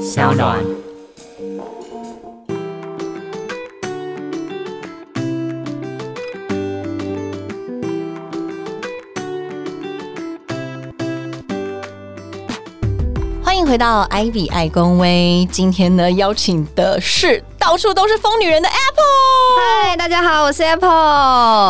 小暖。欢迎回到 Ivy 爱公威，今天呢邀请的是到处都是疯女人的 Apple。嗨，大家好，我是 Apple。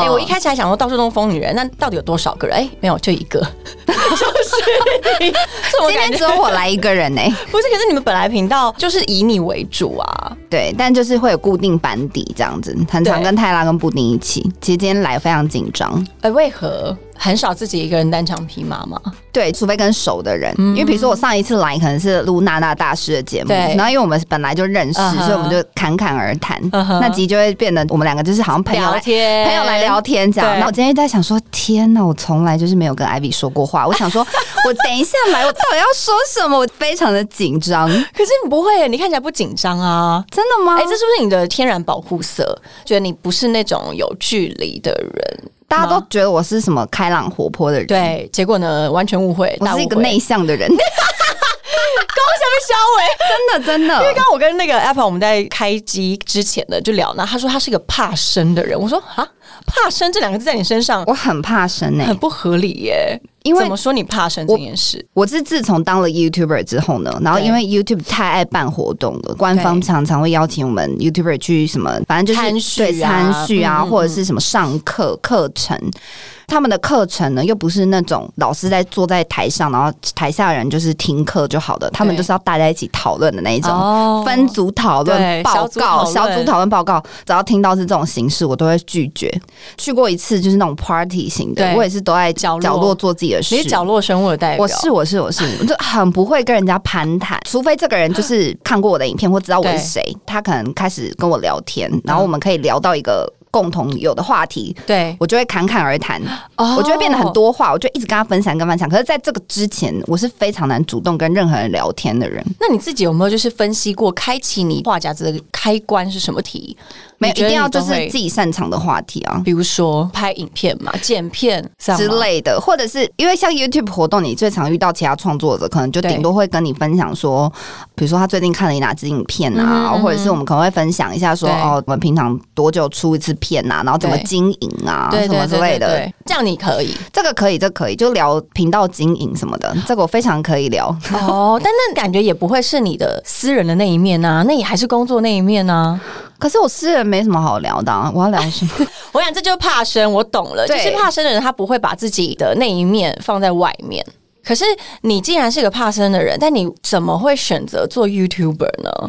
哎、哎我一开始还想说到处都是疯女人，那到底有多少个人？哎、没有，就一 个，就是你，这种今感天觉只有我来一个人呢、哎不是。可是你们本来频道就是以你为主啊， 对，但就是会有固定班底这样子，很常对跟泰拉跟布丁一起。其实今天来非常紧张，哎、为何很少自己一个人单枪匹马嘛？对，除非跟熟的人，嗯因为比如说我上一次来可能是录娜娜大师的节目，对然后因为我们本来就认识嗯哼所以我们就侃侃而谈嗯哼那集就会变得我们两个就是好像朋友来聊天朋友来聊天这样。对然后我今天在想说，天呐，我从来就是没有跟艾比说过话，我想 说，我等一下来，我到底要说什么？我非常的紧张，可是你不会，你看起来不紧张啊。真的吗？哎、这是不是你的天然保护色？觉得你不是那种有距离的人，大家都觉得我是什么开朗活泼的人，，对。结果呢，完全误会，我大误是会一个内向 的人，真刚刚下面消委。 的真的。刚刚我跟那个 Apple 我们在开机之前呢就聊，那他说他是一个怕生的人，我说啊，怕生这两个字在你身上我很怕生诶、很不合理耶，因为怎么说你怕生这件事？我是自从当了 YouTuber 之后呢，然后对因为 YouTube 太爱办活动了，官方对常常会邀请我们 YouTuber 去什么，反正就是参叙啊对参叙啊，嗯嗯嗯或者是什么上课课程。他们的课程呢，又不是那种老师在坐在台上，然后台下的人就是听课就好的，他们对就是要大家一起讨论的那一种。哦分组讨对论报小组讨告、论小组讨论报告，只要听到是这种形式，我都会拒绝。去过一次就是那种 party 型的对，我也是都在角落做自己的事。你是角落生物的代表，我是我是我是，我就很不会跟人家 攀谈，除非这个人就是看过我的影片或知道我是谁，他可能开始跟我聊天，嗯然后我们可以聊到一个共同有的话题，对，我就会侃侃而谈，哦我就会变得很。多话，我就一直跟他分享跟分享。可是在这个之前，我是非常难主动跟任何人聊天的人，那你自己有没有就是分析过，开启你话匣子的开关是什么题？没有你一觉得定要你都就是会自己擅长的话题啊。比如说拍影片嘛、剪片这样之吗，类的，或者是因为像 YouTube 活动，你最常遇到其他创作者，可能就对顶多会跟你分享说，比如说他最近看了哪支影片嗯啊，哼嗯哼或者是我们可能会分享一下说，对哦，我们平常多久出一次片啊，然后怎么对经营啊，对什对么对之对类的。对这样你可以这个可以，这个可以，就聊频道经营什么 的，这个我非常可以聊。哦，但那感觉也不会是你的私人的那一面啊，那也还是工作那一面啊。可是我私人没什么好聊的、啊，我要聊什 么？我想这就是怕生，我懂了，就对是怕生的人，他不会把自己的那一面放在外面。可是你既然是个怕生的人，但你怎么会选择做 YouTuber 呢？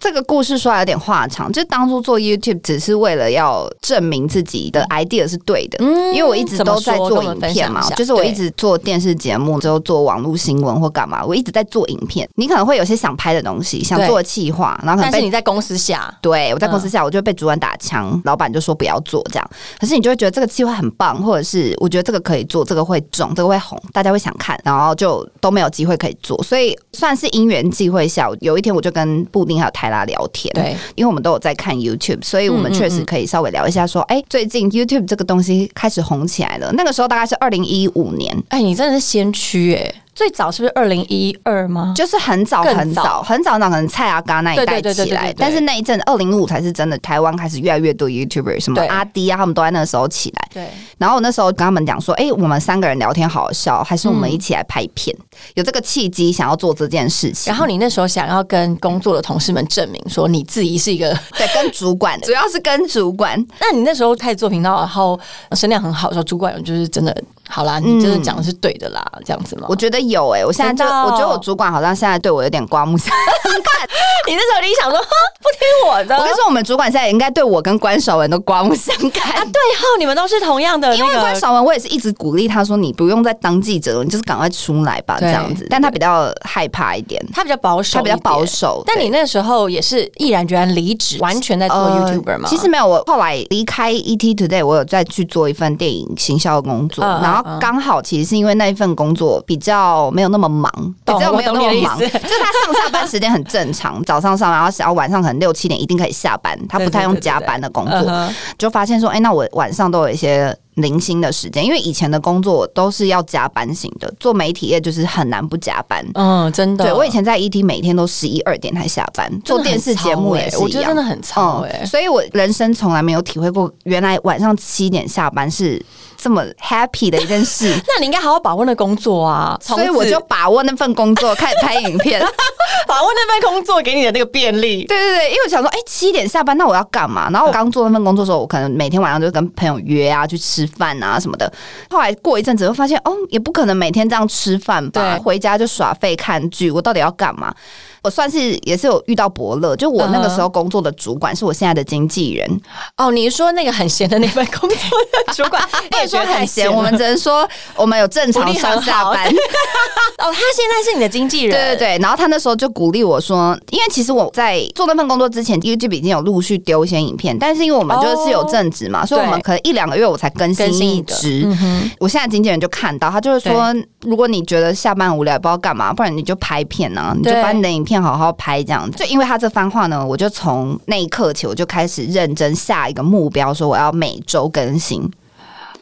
这个故事说来有点话长，就当初做 YouTube 只是为了要证明自己嗯的 idea 是对的，因为我一直都在做怎么说影片嘛跟我们分享一，下就是我对一直做电视节目，之后做网络新闻或干嘛，我一直在做影片。你可能会有些想拍的东西，想做的企划，然后可能但是被你在嗯公司下，对我在公司下，我就被主管打枪，老板就说不要做这样。可是你就会觉得这个计划很棒，或者是我觉得这个可以做，这个会中，这个会红，大家会想看，然后就都没有机会可以做。所以算是因缘际会下，有一天我就跟布丁还有泰拉聊天，对，因为我们都有在看 YouTube，所以我嗯们确实可以稍微聊一下说，哎、最近 YouTube 这个东西开始红起来了。那个时候大概是二零一五年，哎、你真的是先驱哎、最早是不是二零一二吗？就是很早更很早早很早，那可能蔡阿嘎那一代对对对对起对对来对，但是那一阵二零五才是真的，台湾开始越来越多 YouTuber，什么对阿迪啊，他们都在那个时候起来。对，然后我那时候跟他们讲说，哎、我们三个人聊天好好笑，还是我们一起来拍片？有这个契机想要做这件事情，然后你那时候想要跟工作的同事们证明说你自己是一个，对跟主 管，主要是跟主管，那你那时候开始做频道，然后声量很好的时候，主管就是真的好啦，你真的讲的是对的啦，这样子吗？我觉得有哎、我现在就、真的哦我觉得我主管好像现在对我有点刮目相你那时候你想说哈不听我的，我跟你说，我们主管现在应该对我跟关晓雯都刮目相看。对哈，你们都是同样的 因那为关个。晓雯，我也是一直鼓励她说：“你不用再当记者了，你就是赶快出来吧。”对这样子，但她比较害怕一点，他比较保守，她比较保。守。但对你那时候也是毅然决然离职，完全在做呃 YouTuber 吗？其实没有，我后来离开 ET Today，我有再去做一份电影行销的工作，嗯嗯然嗯后刚好其实是因为那一份工作比较没有那么忙，比懂较我没有那懂你的么意忙，就思是他上下班时间很正常，早上上班，然后然后晚上可能六七点一定可以下班，他不太用加班的工嗯作。哼就发现说，哎、那我晚上都有一些零星的时间，因为以前的工作都是要加班型的，做媒体业就是很难不加班。嗯，真的。对我以前在 ET 每天都十一二点才下班，做电视节目也是一样，欸嗯我觉得真的很超哎、所以我人生从来没有体会过，原来晚上七点下班是这么 happy 的一件事。那你应该好好把握那工作啊，所以我 就从此把握那份工作，开始拍影片。把握那份工作给你的那个便利。对对对，因为我想说，哎、七点下班，那我要干嘛？然后我刚做那份工作的时候，我可能每天晚上就跟朋友约啊，去吃饭啊什么的。后来过一阵子，就发现哦，也不可能每天这样吃饭吧，对回家就耍废看剧，我到底要干嘛？我算是也是有遇到伯乐，就我那个时嗯候工作的主管是我现在的经纪人，哦，你说那个很闲的那份工作的主 管，不能说哎也觉得很太闲，了 我们只能说我们有正常上下班。哦，他现在是你的经纪人，对对对，然后他那时候就鼓励我说，因为其实我在做那份工作之前，YouTube 已经有陆续丢一些影片，但是因为我们就是有正职嘛，所以我们对可能一两个月我才更新更新一一个支。嗯哼，我现在经纪人就看到，他就会说，如果你觉得下班无聊不知道干嘛，不然你就拍片啊，你就对把你的影片好好拍这样子。就因为他这番话呢，我就从那一刻起，我就开始认真下一个目标，说我要每周更新。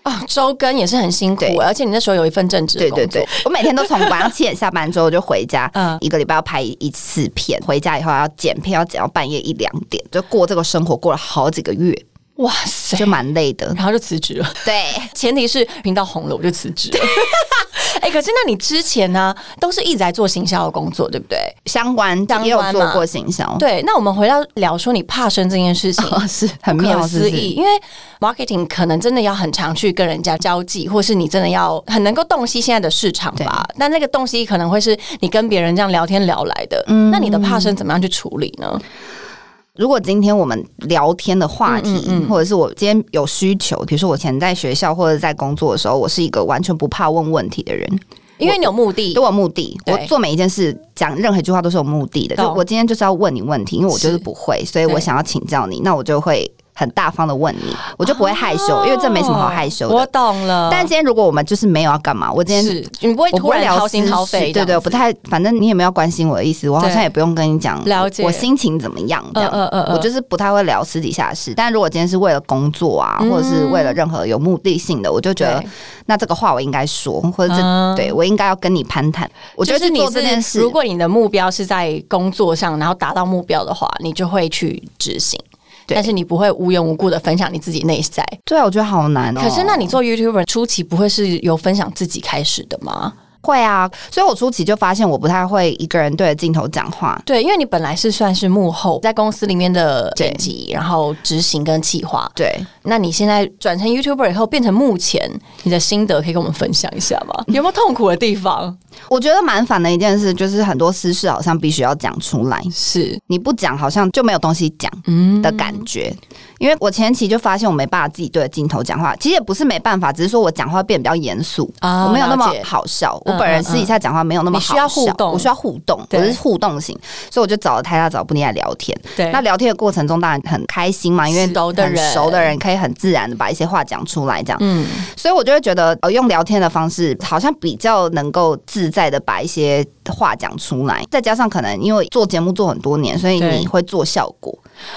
哦，周更也是很辛苦对，而且你那时候有一份正职的对工作对对，我每天都从晚上七点下班之后就回家，嗯一个礼拜要拍一次片，回家以后要剪片，要剪到半夜一两点，就过这个生活过了好几个月，哇塞就，蛮累 的。然后就辞职了。对，前提是频道红了，我就辞职了。 哎、可是那你之前呢、都是一直在做行销的工作，对不对？相关相关嘛啊也有做过行销，对，那我们回到聊说你怕生这件事 情，哦， 是很不妙，可是不思是议，因为 marketing 可能真的要很常去跟人家交际，或是你真的要很能够洞悉现在的市场吧。但那个洞悉可能会是你跟别人这样聊天聊来的。嗯那你的怕生怎么样去处理呢？如果今天我们聊天的嗯话题，或者是我今天有需求，比如说我以前在学校或者在工作的时候，我是一个完全不怕问问题的人，因为你有目的都，有目的。对我做每一件事、讲任何一句话都是有目的的。就懂我今天就是要问你问题，因为我就是是不会，所以我对想要请教你，那我就会很大方的问你，我就不会害羞，因为这没什么好害羞啊哦我的。懂了，但今天如果我们就是没有要干嘛，我今天。是你不会我不突会然聊掏心私掏事肺，对对，我不。太，反正你也没有关心我的意思，我好对像也不用跟你讲，了我解我心情怎么样这嗯样，嗯嗯嗯，我就是不太会聊私底下的事。但如果今天是为了工作啊，或者是为了任何有目的性的，我就觉得嗯对那这个话我应该说，或者这、嗯对我应该要跟你攀谈。我觉就得是去你做这件事，是如果你的目标是在工作上，然后达到目标的话，你就会去执行。对但是你不会无缘无故的分享你自己内在。对我觉得好难哦。可是，那你做 YouTuber 初期不会是由分享自己开始的吗？会啊，所以我初期就发现我不太会一个人对着镜头讲话。对，因为你本来是算是幕后，在公司里面的剪辑，然后执行跟企划。对，那你现在转成 YouTuber 以后，变成幕前，你的心得可以跟我们分享一下 吗？有没有痛苦的地方？我觉得蛮烦的一件事就是很多私事好像必须要讲出来，是，你不讲好像就没有东西讲嗯，的感觉。因为我前期就发现我没办法自己对着镜头讲话，其实也不是没办法，只是说我讲话变得比较严肃，啊我没有那么了解好笑。嗯我本人私底下讲话没有那嗯么嗯好笑，你需要互动我需要互动，我对是互动型，所以我就找了台大找布尼来聊天。对，那聊天的过程中当然很开心嘛，因为熟的很人熟的人可以很自然的把一些话讲出来，这样，嗯，所以我就会觉得，呃，用聊天的方式好像比较能够自在的把一些话讲出来，再加上可能因为做节目做很多年，所以对你会做效果，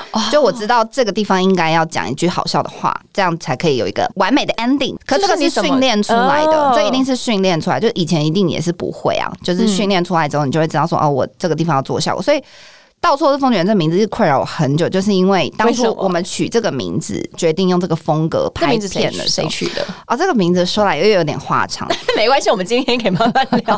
哦就我知道这个地方应该要讲一句好笑的话，这样才可以有一个完美的 ending。可这个是训练出来哦的，这一定是训练出来，就以前一定也是不会啊，就是训练出嗯来之后，你就会知道说，哦，我这个地方要做效果，所以。倒错是风卷这名字是困扰我很久，就是因为当初为什么我们取这个名字，决定用这个风格这拍名字谁片取的时谁候，取的？ 哦，这个名字说来又有点话长， 没关系，我们今天可以慢慢聊。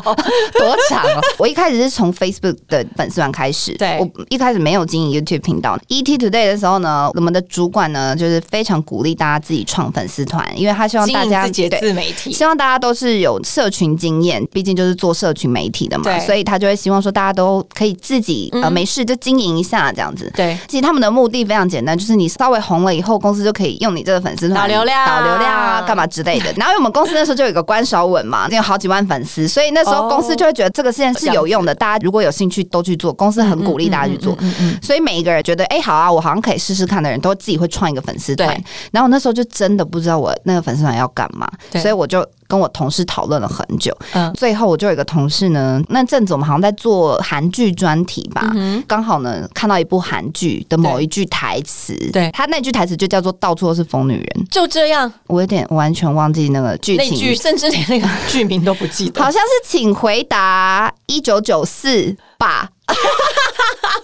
多长哦！我一开始是从 Facebook 的粉丝团开始，对我一开始没有经营 YouTube 频道。ET Today 的时候呢，我们的主管呢就是非常鼓励大家自己创粉丝团，因为他希望经大营家自己的对。自媒体，希望大家都是有社群经验，毕竟就是做社群媒体的嘛，对所以他就会希望说大家都可以自己、呃嗯没事就经营一下这样子。对，其实他们的目的非常简单，就是你稍微红了以后，公司就可以用你这个粉丝团导流量导流量啊，干嘛之类的。然后因为我们公司那时候就有一个关少文嗯嘛，有好几万粉丝，所以那时候哦公司就会觉得这个事件是有用的，大家如果有兴趣都去做，公司很鼓励大家嗯去做。所以每一个人觉得，哎、好啊，我好像可以试试看的人，都自己会创一个粉丝团对。然后我那时候就真的不知道我那个粉丝团要干嘛，对所以我就跟我同事讨论了很久。嗯最后我就有一个同事呢，那阵子我们好像在做韩剧专题吧，嗯刚、好呢看到一部韩剧的某一句台词，对他那句台词就叫做“到处都是疯女人就这样，”，我有点完全忘记那个剧那情句甚至连那个剧名都不记得。 好像是请回答一九九四吧，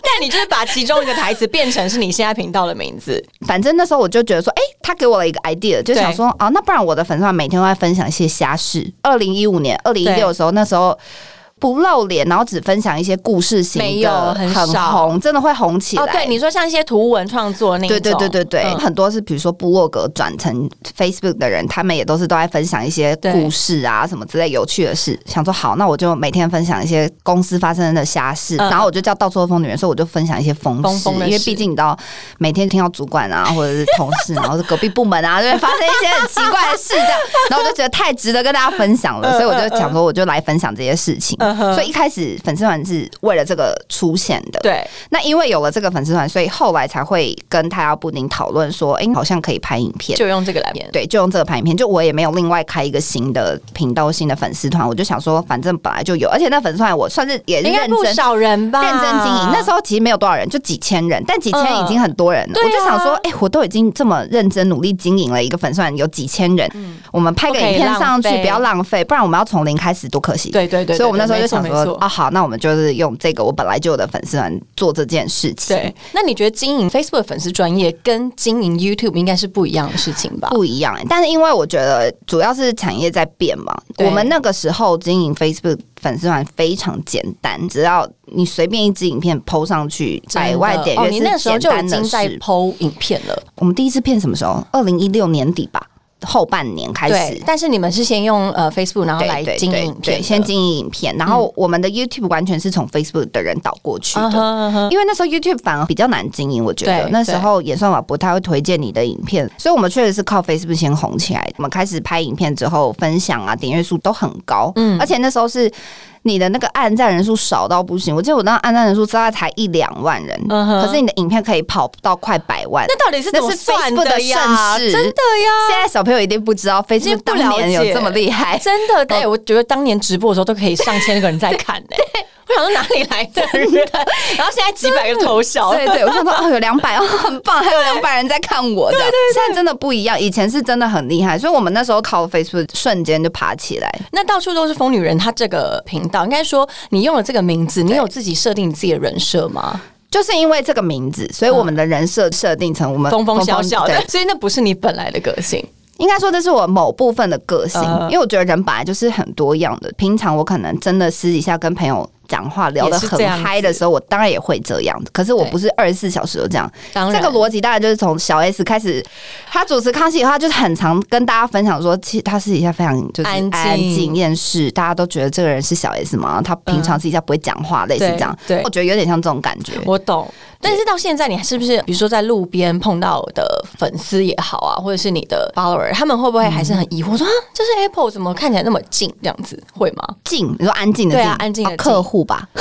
但你就是把其中一个台词变成是你现在频道的名字，反正那时候我就觉得说，哎、他给我了一个 idea，就想对说，哦，那不然我的粉丝团每天都在分享一些虾事。二零一五年、二零一对六的时候，那时候。不露脸，然后只分享一些故事型的，没有很很少红，真的会红起来。哦，对，你说像一些图文创作那一对种，对对对对，嗯很多是比如说部落格转成 Facebook 的人，他们也都是都在分享一些对故事啊什么之类有趣的事。想说好，那我就每天分享一些公司发生的瞎事，嗯然后我就叫到处都疯女人，所以我就分享一些疯事，疯疯的因为事毕竟你知道每天听到主管啊或者是同 事，然后是隔壁部门啊，就会发生一些很奇怪的事，这样，然后我就觉得太值得跟大家分享了，嗯所以我嗯就想说我就来分享这些事情。嗯哼所以一开始粉丝团是为了这个出现的，对那因为有了这个粉丝团，所以后来才会跟太阳布丁讨论说，哎、好像可以拍影片。就用这个来编。对，就用这个拍影片，就我也没有另外开一个新的频道、新的粉丝团，我就想说，反正本来就有，而且那粉丝团我算是也是应认该不真少人吧？认真经营。那时候其实没有多少人，就几千人，但几千人已经很多人了。嗯我就想说，对哎、我都已经这么认真努力经营了一个粉丝团，有几千人，嗯我们拍个影片上去不可以浪费不要浪费，不然我们要从零开始，多可惜。对对对，所以我们那时候就想没错说，，没错啊，好，那我们就是用这个我本来就有的粉丝团做这件事情。对。那你觉得经营 Facebook 粉丝专业跟经营 YouTube 应该是不一样的事情吧？不一样、欸，但是因为我觉得主要是产业在变嘛，对我们那个时候经营 Facebook 粉丝团非常简单，只要你随便一支影片 PO 上去，真的百万点哦，阅你是那时候简就已单经的在事。剖影片了，我们第一次片什么时候？二零一六年底吧，后半年开始对。。但是你们是先用呃 Facebook，然后对来对经营对影片对，的，先经营影片，然后我们的 YouTube 完全是从 Facebook 的人导过去嗯哼的。嗯哼因为那时候 YouTube 反而比较难经营，我觉得对那时候演算法不太会推荐你的影片，所以我们确实是靠 Facebook 先红起来。我们开始拍影片之后，分享啊，点阅数都很高，嗯，而且那时候是你的那个按赞人数少到不行，我记得我那按赞人数大概才一两万人，嗯哼可是你的影片可以跑到快百万。那到底是怎么那是算 Facebook 的呀？盛世真的呀，现在小朋友一定不知道定 Facebook 不当了年有解这么厉害，真的，哎、我觉得当年直播的时候都可以上千个人在看呢、我想说哪里来的人？ 然后现在几百个头小， 对对，我想说哦，有两百哦，很棒，还有两百人在看我 这样。现在真的不一样，以前是真的很厉害，所以我们那时候靠 Facebook 瞬间就爬起来。那到处都是疯女人，她这个频道应该说你用了这个名字，你有自己设定你自己的人设吗？就是因为这个名字，所以我们的人设设定成我们疯疯小小的对，所以那不是你本来的个性。应该说这是我某部分的个性嗯，因为我觉得人本来就是很多样的。平常我可能真的私底下跟朋友讲话聊得也是这很样子嗨的时候，我当然也会这样，可是我不是二十四小时都这样。当这然，个逻辑大概就是从小 S 开始，他主持康熙以后，他就是很常跟大家分享说，其实他私底下非常就是安静安静厌世，大家都觉得这个人是小 S 嘛，然后他平常私底下不会讲话，类似这样。对对我觉得有点像这种感觉。我懂，但是到现在，你还是不是比如说在路边碰到的粉丝也好啊，或者是你的 follower，他们会不会还是很疑惑说、啊，这是 Apple 怎么看起来那么近这样子，会吗？静，你说安静的对静，啊安静的静哦客户吧，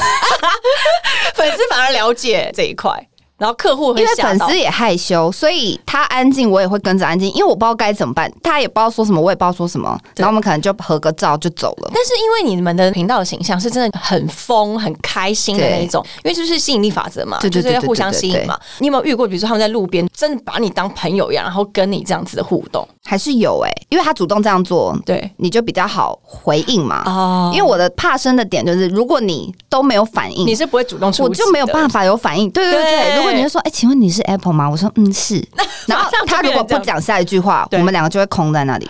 粉丝反而了解这一块，然后客户会因为吓粉到丝。也害羞，所以他安静，我也会跟着安静，因为我不知道该怎么办，他也不知道说什么，我也不知道说什么，对然后我们可能就合个照就走了。但是因为你们的频道的形象是真的很疯、很开心的那一种，因为就是吸引力法则嘛，对对对就是会互相吸引嘛。你有没有遇过，比如说他们在路边真的把你当朋友一样，然后跟你这样子的互动？还是有哎、因为他主动这样做，对你就比较好回应嘛。哦，因为我的怕生的点就是，如果你都没有反应你，是不会主动出击的，嗯我就没有办法有反应。对对对，对如果你就说，哎、请问你是 Apple 吗？我说，嗯，是。然 后马上就他如变果成这不样讲下一句话，我对们两个就会空在那里。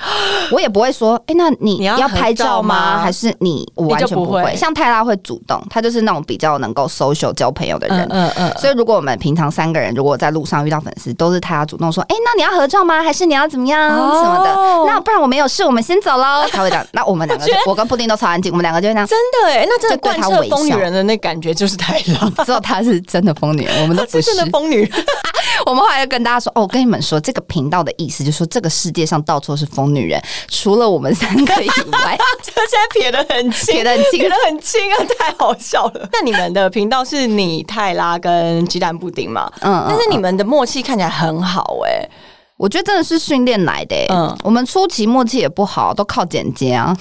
我也不会说，哎、那你你要合拍照照吗吗？还是你？我你完就全不不会。会像泰拉会主动，他就是那种比较能够 social 交朋友的人。嗯嗯嗯，所以，如果我们平常三个人，如果在路上遇到粉丝，都是泰拉主动说：“哎、那你要合照吗？还是你要怎么样、哦什么的？那不然我们有事，我们先 走喽。”他会讲。那我们两个就，我跟布丁都超安静，我们两个就会那样。真的哎、那真的就对贯她彻微疯女笑人的那感觉就是太 郎，只有她是真的疯女人，我们都不是是。真的疯女人。，我们后来就跟大家说，哦，我跟你们说，这个频道的意思就是说，这个世界上到处是疯女人，除了我们三个以外这现在撇的很轻，撇得很轻撇的很轻啊，太好笑 了。那你们的频道是你泰拉跟鸡蛋布丁嘛？嗯嗯但是你们的默契看起来很好哎、我觉得真的是训练来的、欸。嗯嗯，我们初期默契也不好，都靠剪接啊。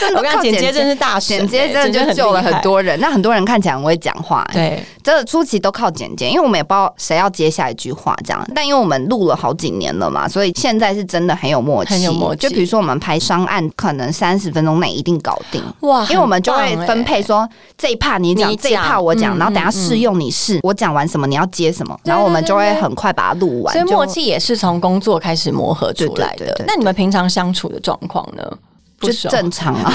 真 的我看靠剪接真接，是大神、剪接欸真的就救了很。多人。那很多人看起来很会讲话、真欸，的很厉害对，真的初期都靠剪接，因为我们也不知道谁要接下一句话这样。但因为我们录了好几年了嘛，所以现在是真的很有默契。很有默契就比如说我们拍商案，可能三十分钟内一定搞定。哇因为我们就会分。很棒欸配说这一趴你讲，你这一趴讲我讲，嗯然后等下嗯试用你试，我讲完什么你要接什么，对然后我们就对会对对很快把它录完。所以就默契也是从工作开始磨合出来对对对的对。对那你们平常相处的状况呢？不就熟正常 啊。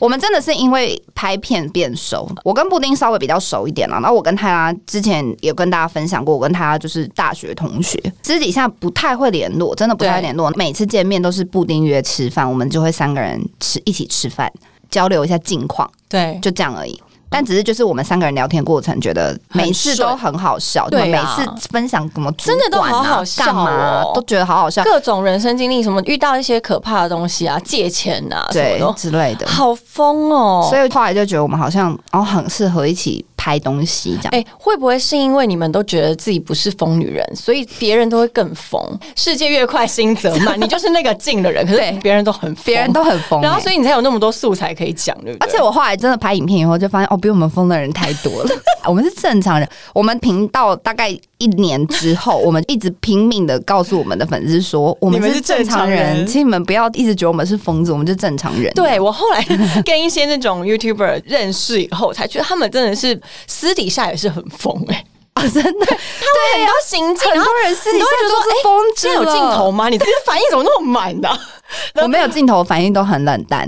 我们真的是因为拍片变熟，我跟布丁稍微比较熟一点了。然后我跟他之前也跟大家分享过，我跟他就是大学同学，私底下不太会联络，真的不太会联络。每次见面都是布丁约吃饭，我们就会三个人吃一起吃饭，交流一下近况，对就这样而已。但只是就是我们三个人聊天过程，觉得每次都很好笑，顺就对啊每次分享什么、主真的都管啊好好笑干嘛啊哦都觉得好好笑，各种人生经历，什么遇到一些可怕的东西啊，借钱啊，什么对都之类的。好疯哦。所以后来就觉得我们好像哦很适合一起拍东西这样。哎、会不会是因为你们都觉得自己不是疯女人，所以别人都会更疯？世界越快，心则慢。你就是那个静的人，可是别人都很疯别人都很疯、然后哎所以你才有那么多素材可以讲，对不对？而且我后来真的拍影片以后，就发现哦，比我们疯的人太 多了。我们是正常人，我们频道大概一年之后，我们一直拼命的告诉我们的粉丝说，我你们是是正正常常人人，请你们不要一直觉得我们是疯子，我们就正常人。对我后来 跟一些那种 YouTuber 认识以后，才觉得他们真的是私底下也是很疯哎、啊，他真的，们很多行径， 很然后多人私你底都下会觉得说，都是哎、疯子啊这有了镜头吗？你这个反应怎么那么满 的、我没有镜头反应都很冷淡，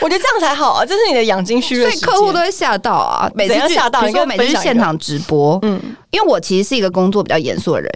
我觉得这样才好啊，这是你的养精蓄锐所时以间。客户都会吓到啊！每次怎样去吓到比如你跟说我每次分去享一个现场直播，嗯，因为我其实是一个工作比较严肃的人。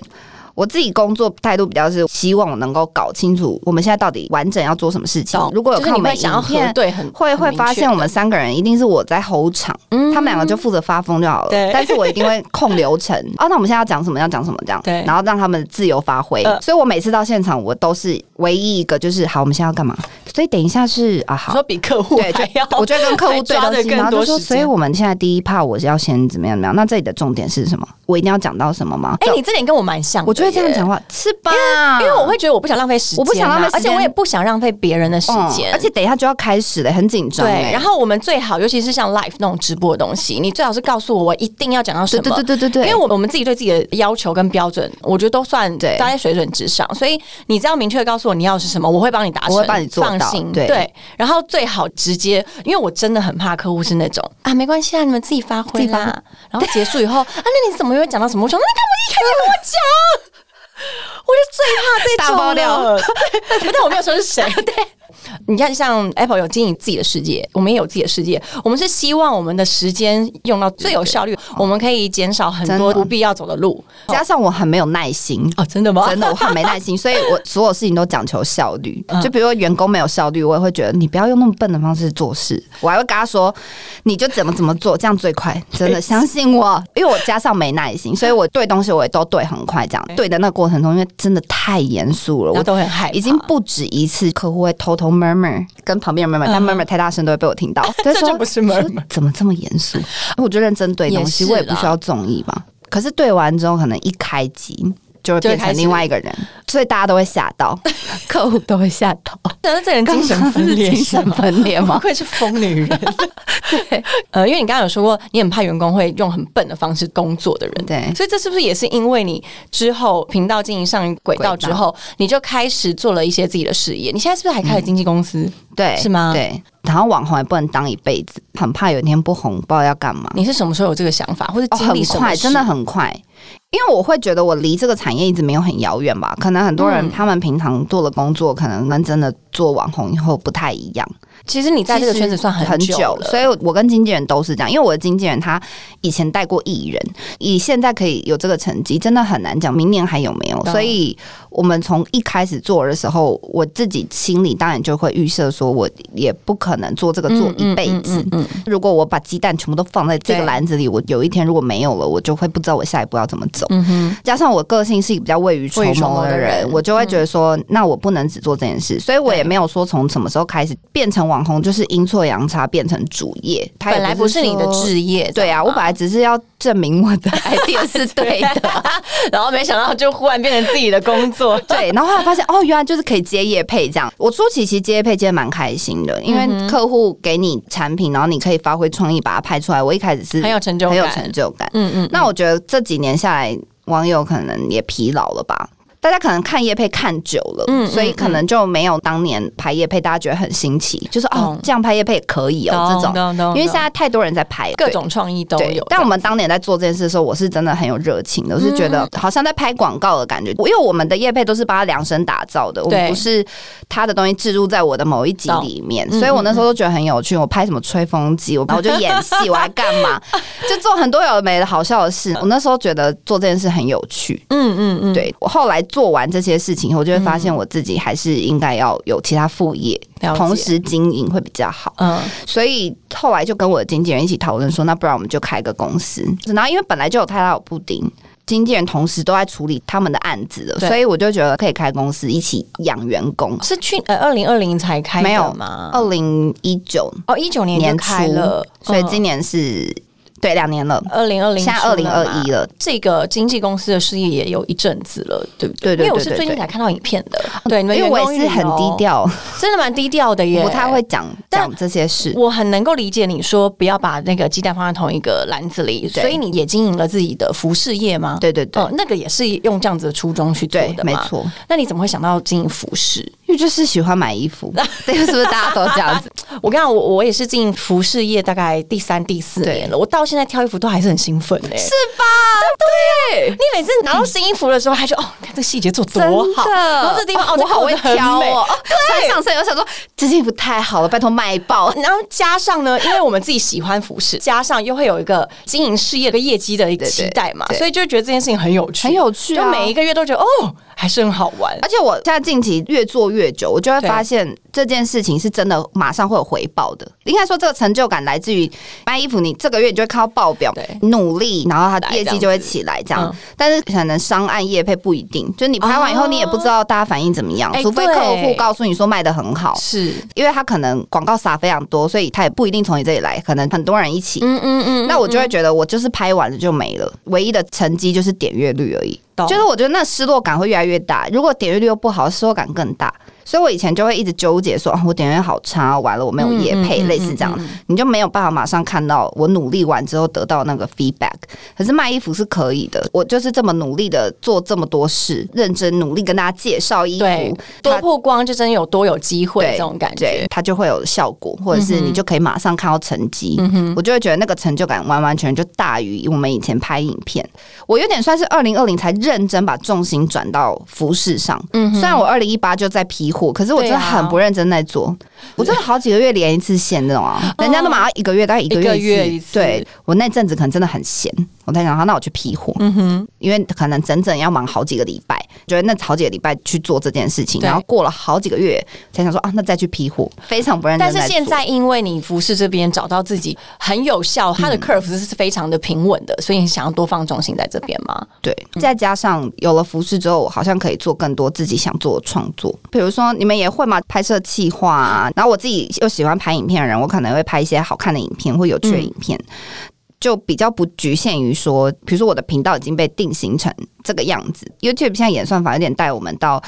我自己工作态度比较是希望我能够搞清楚我们现在到底完整要做什么事情懂。如果有就是看我你们会想要影核片，对很会会发现我们们三个人一定是我在吼场，嗯他们两个就负责发疯就好了对。但是我一定会控流程啊，那我们现在要讲什么，要讲什么这样，对然后让他们自由发挥呃。所以我每次到现场，我都是唯一一个就是好，我们现在要干嘛？所以等一下是啊，好说，比客户对，就还要，我就跟客户对还抓东得西，更然后多就说，时所以间我们现在第一怕我是要先怎么样怎么样。那这里的重点是什么？我一定要讲到什么吗？哎、就你这点跟我蛮像的，我就会这样讲。话，啊是吧？因为我会觉得我不想浪费时间啊、我不想浪费时而且间我也不想浪费别人的时嗯间、而且等一下就要开始了，很紧张对哎。，然后我们最好，尤其是像 live 那种直播的东西，你最好是告诉我我一定要讲到什对么。对对对对对，因为我我们自己对自己的要求跟标准，我觉得都算对大概水准之上，所以你只要明确地告诉我你要的是什么，我会帮你达成，我会帮你做到放心对然后最好直接，因为我真的很怕客户是那种啊，没关系啊，你们自己发挥自己发挥啦。然后结束 以后啊，那你怎么又讲到什么？我说那你干嘛一开始跟我讲？我就最怕这大爆料种了， 对但我没有说是 谁。对，你看，像 Apple 有经营自己的世界，我们也有自己的世界。我们是希望我们的时间用到最有效率，我们可以减少很真多的不必要走的路。加上我很没有耐心。哦，真的吗？真的，我很没耐心，所以我所有事情都讲求效率嗯。就比如说员工没有效率，我也会觉得你不要用那么笨的方式做事。我还会跟他说，你就怎么怎么做，这样最快。真的相信我，因为我加上没耐心，所以我对东西我也都对很快。这样对的那个过程中，因为真的太严肃了，然后我都很害怕，已经不止一次客户会偷偷 murmur 跟旁边人 murmur，但 murmur 太大声都会被 我听到。这嗯这就不是 murmur 怎么这么严肃？我就认真对东西，也是我啦也不需要综艺吧。可是对完之后，可能一开机就会变就会开成始另外一个人，所以大家都会吓 到，客户都会吓到。但是这人精神分裂，精神分裂不 吗？愧是疯女人。 呃，因为你刚刚有说过，你很怕员工会用很笨的方式工作的人，对所以这是不是也是因为你之后频道经营上轨道之后，你就开始做了一些自己的事业？你现在是不是还嗯开了经纪公司？对，是吗对。然后网红也不能当一辈子，很怕有一天不红，不知道要干嘛。你是什么时候有这个想法，或者哦，经很历什么快，事真的很快。因为我会觉得我离这个产业一直没有很遥远吧，可能很多人嗯他们平常做的工作，可能跟真的做网红以后不太一样。其实你在这个圈子算很久了，所以我跟经纪人都是这样。因为我的经纪人他以前带过艺人，以现在可以有这个成绩，真的很难讲明年还有没有。懂所以我们从一开始做的时候，我自己心里当然就会预设说，我也不可能做这个做一辈嗯子。嗯嗯嗯嗯如果我把鸡蛋全部都放在这个对篮子里，我有一天如果没有了，我就会不知道我下一步要怎么走。嗯哼，加上我个性是一个比较未雨绸未雨绸缪缪的的人，人嗯我就会觉得说，那我不能只做这件事，所以我也对没有说从什么时候开始变成网网红就是阴错阳差变成主业，他也本来不是你的说置业，对啊，我本来只是要证明我的 idea 是对 的。。然后没想到就忽然变成自己的工作对，然后后来发现哦，原来就是可以接业配这样。我初期其实接业配接的蛮开心的，因嗯为客户给你产品，然后你可以发挥创意把它拍出来。我一开始是很有成就很有感成就感。嗯嗯，那我觉得这几年下来，网友可能也疲劳了吧。大家可能看叶配看久了，嗯所以可能就没有当年拍叶配，大家觉得很新奇，就是哦懂，这样拍叶配也可以哦，这种，种因为现在太多人在拍各对种创意都对，有。但我们当年在做这件事的时候，我是真的很有热情的，我是觉得嗯好像在拍广告的感觉。因为我们的业配都是帮他量身打造的，我们对不是他的东西置入在我的某一集里面，懂所以我那时候都觉得很有趣。我拍什么吹风机，我然后我 就演戏，我还干嘛，就做很多有的没的好笑的事。我那时候觉得做这件事很有趣。嗯嗯嗯，对我后来做完这些事情以后，我就会发现我自己还是应该要有其他副业，了解同时经营会比较好。嗯，所以后来就跟我的经纪人一起讨论说，那不然我们就开个公司。然后因为本来就有泰拉有布丁，经纪人同时都在处理他们的案子了，对所以我就觉得可以开公司一起养员工。是去呃二零二零才开没有吗？二零一九哦，一九年年就初开了，所以今年是、对两年了，二零二零现在二零二一。了。这个经纪公司的事业也有一阵子了，对不对对对因为我是对最近对才看到影片的，对，你因们员为我工也是旅很游低，调，真的蛮低调的耶，不太会讲但讲这些事。我很能够理解你说不要把那个鸡蛋放在同一个篮子里，对所以你也经营了自己的服饰业吗？对对对哦，那个也是用这样子的初衷去做对的，没嘛。错，那你怎么会想到经营服饰？因为就是喜欢买衣服，这个是不是大家都这样子？我跟你讲，我我也是经营服饰业大概第三、第四对年了，我到现在挑衣服都还是很兴奋哎、是吧？对，你每次拿到新衣服的时候，还说哦，看这细节做多好，真的然后这地方哦，我好会挑哦。哦，穿上身我想说这件衣服太好了，拜托卖爆。然后加上呢，因为我们自己喜欢服饰，加上又会有一个经营事业的业绩的对期待嘛，对所以就会觉得这件事情很有趣，很有趣啊啊就每一个月都觉得哦，还是很好玩。而且我现在近期越做越久，我就会对发现这件事情是真的马上会有回报的。应该说，这个成就感来自于卖衣服，你这个月你就会看到报表对，努力，然后它来的业绩就会起来这样。这样子但是可能商案业配不一定，就是你拍完以哦后，你也不知道大家反应怎么样，哎除非客户对告诉你说卖的很好。是，因为他可能广告撒非常多，所以他也不一定从你这里来，可能很多人一起，嗯嗯嗯那我就会觉得我就是拍完了就没了，唯一的成绩就是点阅率而已。懂就是我觉得那失落感会越来越大，如果点阅率又不好，失落感更大。所以我以前就会一直纠结说，哦，我点阅率好差，完了我没有业嗯配，类似这样，你就没有办法马上看到我努力完之后得到那个 feedback。可是卖衣服是可以的，我就是这么努力的做这么多事，认真努力跟大家介绍衣对服，，多它曝光就真有多有机会对这种感对觉。它就会有效果，或者嗯是你就可以马上看到成绩。我就会觉得那个成就感完完全就大于我们以前拍影片。我有点算是二零二零才认真把重心转到服饰上。虽然我二零一八就在批货，可是我真的嗯对啊很不认真在做。我真的好几个月连一次线那种啊，人家都马上一个月大概一嗯个一个月月一一次次。对我那阵子可能真的很闲，我在想，好那我去批货。嗯因为可能整整要忙好几个礼拜，觉得那好几个礼拜去做这件事情，对然后过了好几个月才想说啊，那再去批货，非常不认真但做。是现在，因为你服饰这边找到自己很有效，它嗯的 curve 是非常的平稳的，所以你想要多放重心在这边吗？对，嗯再加上有了服饰之后，我好像可以做更多自己想做的创作，比如说你们也会嘛，拍摄企划啊，然后我自己又喜欢拍影片的人，我可能会拍一些好看的影片或有趣的影片。就比较不局限于说，比如说我的频道已经被定型成这个样子，YouTube 现在演算法有点带我们到，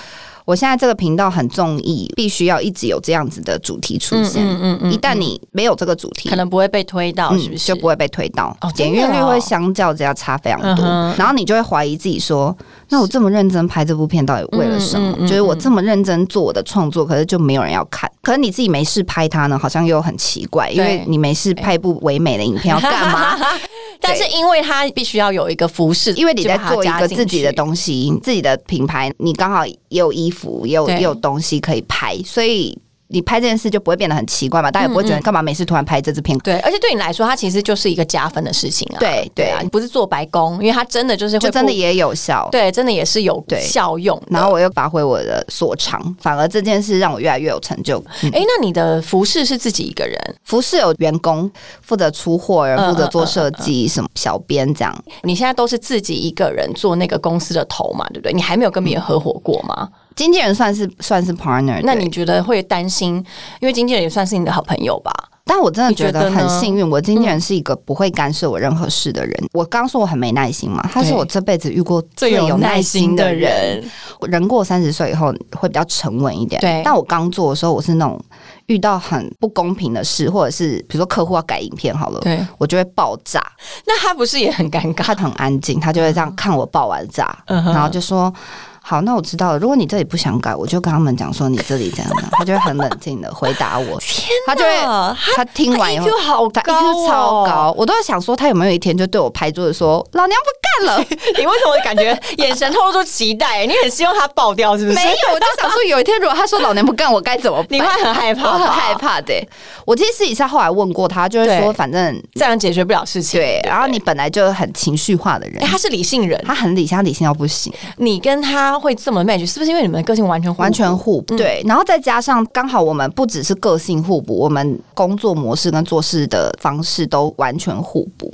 我现在这个频道很中意，必须要一直有这样子的主题出现。嗯一旦你没有这个主题，可能不会被推到，是不嗯是？哦嗯就不会被推到哦，点真阅的率哦会相较之下差非常多，嗯哼然后你就会怀疑自己说，那我这么认真拍这部片到底为了什嗯么？嗯嗯就是我这么认真做我的创作，可是就没有人要看，可是你自己没事拍它呢，好像又很奇怪，因为对你没事拍一部唯美的影片要干嘛？ 但是因为它必须要有一个服饰，因为你在就把它做一加个进自己去的东西，自己的品牌，你刚好也有衣服，也有对也有东西可以拍，所以。你拍这件事就不会变得很奇怪嘛，大家也不会觉嗯得干嘛没事突然拍这支片对，而且对你来说，它其实就是一个加分的事情啊。对对啊，你不是做白工，因为它真的就是会就真的不也有效。对，真的也是有对效用的。然后我又发挥我的所长，反而这件事让我越来越有成就感。嗯哎、那你的服饰是自己一个人？服饰有员工负责出货，人嗯负责做设计，什么小编这样。你现在都是自己一个人做那个公司的头嘛，对不对？你还没有跟别人合伙过吗？经纪人算是算是 partner，那嗯对你觉得会担心？因为经纪人也算是你的好朋友吧？但我真的你觉觉得得很呢嗯幸运，我经纪人是一个不会干涉我任何事的人。我刚说我很没耐心嘛，他是对我这辈子遇过最最有有耐耐心心的的人。人，人过三十岁以后会比较沉稳一点。对但我刚做的时候，我是那种遇到很不公平的事，或者是比如说客户要改影片好了，对，我就会爆炸。那他不是也很尴尬？他很安静，他就会这样看我爆完炸，嗯哼然后就说。好，那我知道了。如果你这里不想改，我就跟他们讲说你这里怎样怎样，他就会很冷静的回 答我。天他就会啊他听完以后， EQ 好他高、 EQ 超。高，我都在想说他有没有一天就对我拍桌子说老娘不 干了。你为什么感觉眼神透露出期待？你很希望他爆掉，是不是？没有，我就想说有一天如果他说老娘不干，我该怎么办？你会很害怕吧，我很害怕的欸、我其实私底下后来问过他，就会说对反正这样解决不了事情。对，然后你本来就很情绪化的人哎、，他是理性人，他很理性，他理性到不行。你跟他会这么 match，是不是因为你们的个性完全互补完全互嗯补、对，然后再加上刚好我们不只是个性互补，我们工作模式跟做事的方式都完全互补。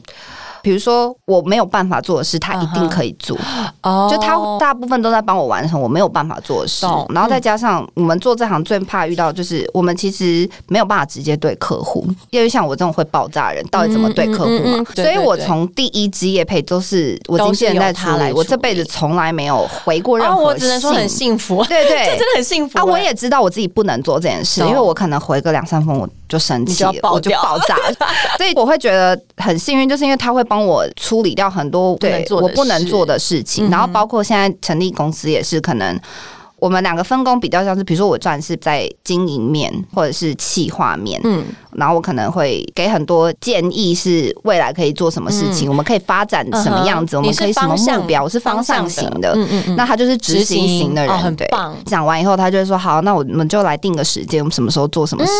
比如说我没有办法做的事，他一定嗯哼可以做哦就他大部分都在帮我完成我没有办法做的事懂。嗯然后再加上我们做这行最怕遇到就是我们其实没有办法直接对客户，因为像我这种会爆炸的人，到底怎么对客户嘛？嗯嗯嗯嗯对所以我对对从第一支业配都是我经纪人在处都是由他来理，处理我这辈子从来没有回过任哦，何信。我只能说很幸福，对对， 这真的很幸福啊，我哎也知道我自己不能做这件事，懂因为我可能回个两三封我就生气你就了要，爆我就掉爆 炸了，所以我会觉得很幸运，就是因为他会帮我处理掉很多不能对做的我不能事嗯做的事情，然后包括现在成立公司也是可能。我们两个分工比较像是，比如说我赚是在经营面或者是企划面，嗯，然后我可能会给很多建议，是未来可以做什么事情，我们可以发展什么样嗯子，嗯哼我们可以你什么方目向标，我是方向型的。嗯嗯嗯，那他就是执执行行型的哦人，很对棒讲完以后，他就会说：“好，那我们就来定个时间，我们什么时候做什么事。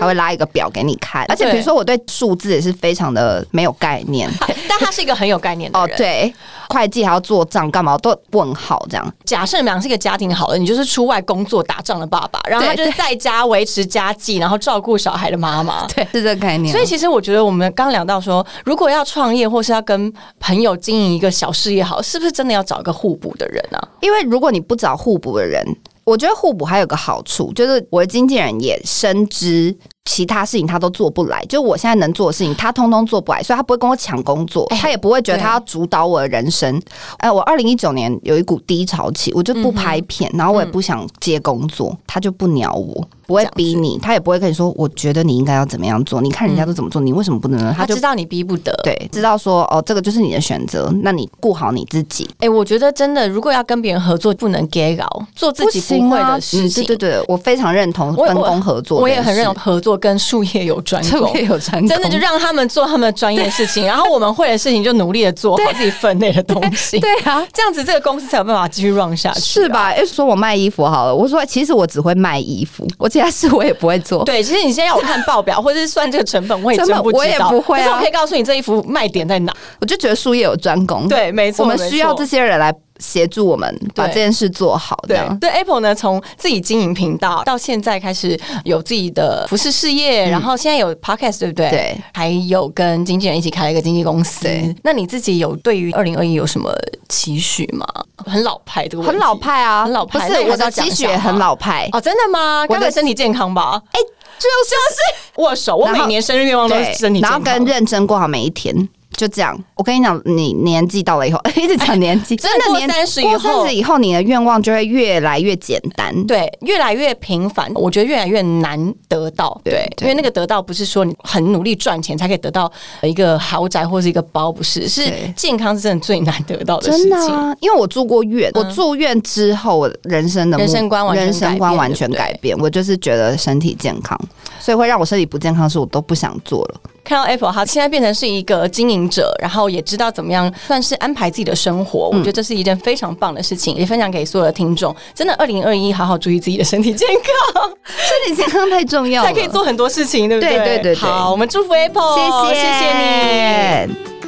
他会拉一个表给你看，而且嗯对比如说我对数字也是非常的没有概念。但他是一个很有概念的哦人。，对，会计还要做账干嘛？我都问号这样。假设你们俩是一个家庭好了，你就是出外工作打仗的爸爸，然后他就是在家维持家计，然后照顾小孩的妈妈。对，是这个概念。所以其实我觉得我们刚聊到说，如果要创业或是要跟朋友经营一个小事业好，是不是真的要找一个互补的人啊？因为如果你不找互补的人，我觉得互补还有个好处，就是我的经纪人也深知其他事情他都做不来，就我现在能做的事情他通通做不来，所以他不会跟我抢工作，哎他也不会觉得对他要主导我的人生。哎，我二零一九年有一股低潮期，我就不拍嗯片，然后我也不想接工作，他就不鸟我。不会逼你，他也不会跟你说，我觉得你应该要怎么样做。你看人家都怎么做，你为什么不能呢？他嗯他就知道你逼不得。对，知道说哦，这个就是你的选择，那你顾好你自己。哎、我觉得真的，如果要跟别人合作，不能 gay 搞，做自己不会的事情。嗯对对对，我非常认同我分工合作我也很认同合作跟术业有专这件事，攻这。也有成功，真的就让他们做他们的专业事 情，然后我们会的事情就努力的做好自己分内的东西。 对啊。这样子这个公司才有办法继续 run 下去、啊是？吧？哎，说我卖衣服好了，我说其实我只会卖衣服，我其他事我也不会做。对，其实你现在要我看报表 或者是算这个成本，我也真真的不知道，我也不会啊可是我可以告诉你这衣服卖点在哪。我就觉得术业有专攻，，对，没错，我们没需要错这些人来协助我们把这对件事做好。这对样对，Apple 呢，从自己经营频道到现在开始有自己的服饰事业，然后现在有 podcast，对不对？嗯对，还有跟经纪人一起开了一个经纪公司。对，那你自己有对于二零二一有什么期许吗？很老派这个问题，很老派啊，很老派不那是你还我是要的讲期一许下也吗很老派，哦，真的吗？我的该不会身体健康吧？哎，就是握手，我然后每年生日愿望都是哦身体健然康，后跟认真过好每一天，就这样。我跟你讲，你年纪到了以后， 一直讲年 纪，真的年过30以过后三十以后，你的愿望就会越来越简单。对，越来越频繁，我觉得越来越难得到。对对，对因为那个得到不是说你很努力赚钱才可以得到一个豪宅或是一个包，不是，是对健康是真的最难得到的事真的、情。啊，因为我住过院，我住院之后，我人生的目人生观完全人生观改变完全对不对改变。我就是觉得身体健康，所以会让我身体不健康的事，我都不想做 了。看到 Apple，他现在变成是一个经营者，然后也知道怎么样算是安排自己的生活，我嗯觉得这是一件非常棒的事情，也分享给所有的听众。真的，二零二一好好注意自己的身体健康， 身体健康太 重要了，才可以。做很多事情，对不对对对对对哦好，我们祝福 Apple，谢谢谢你。你。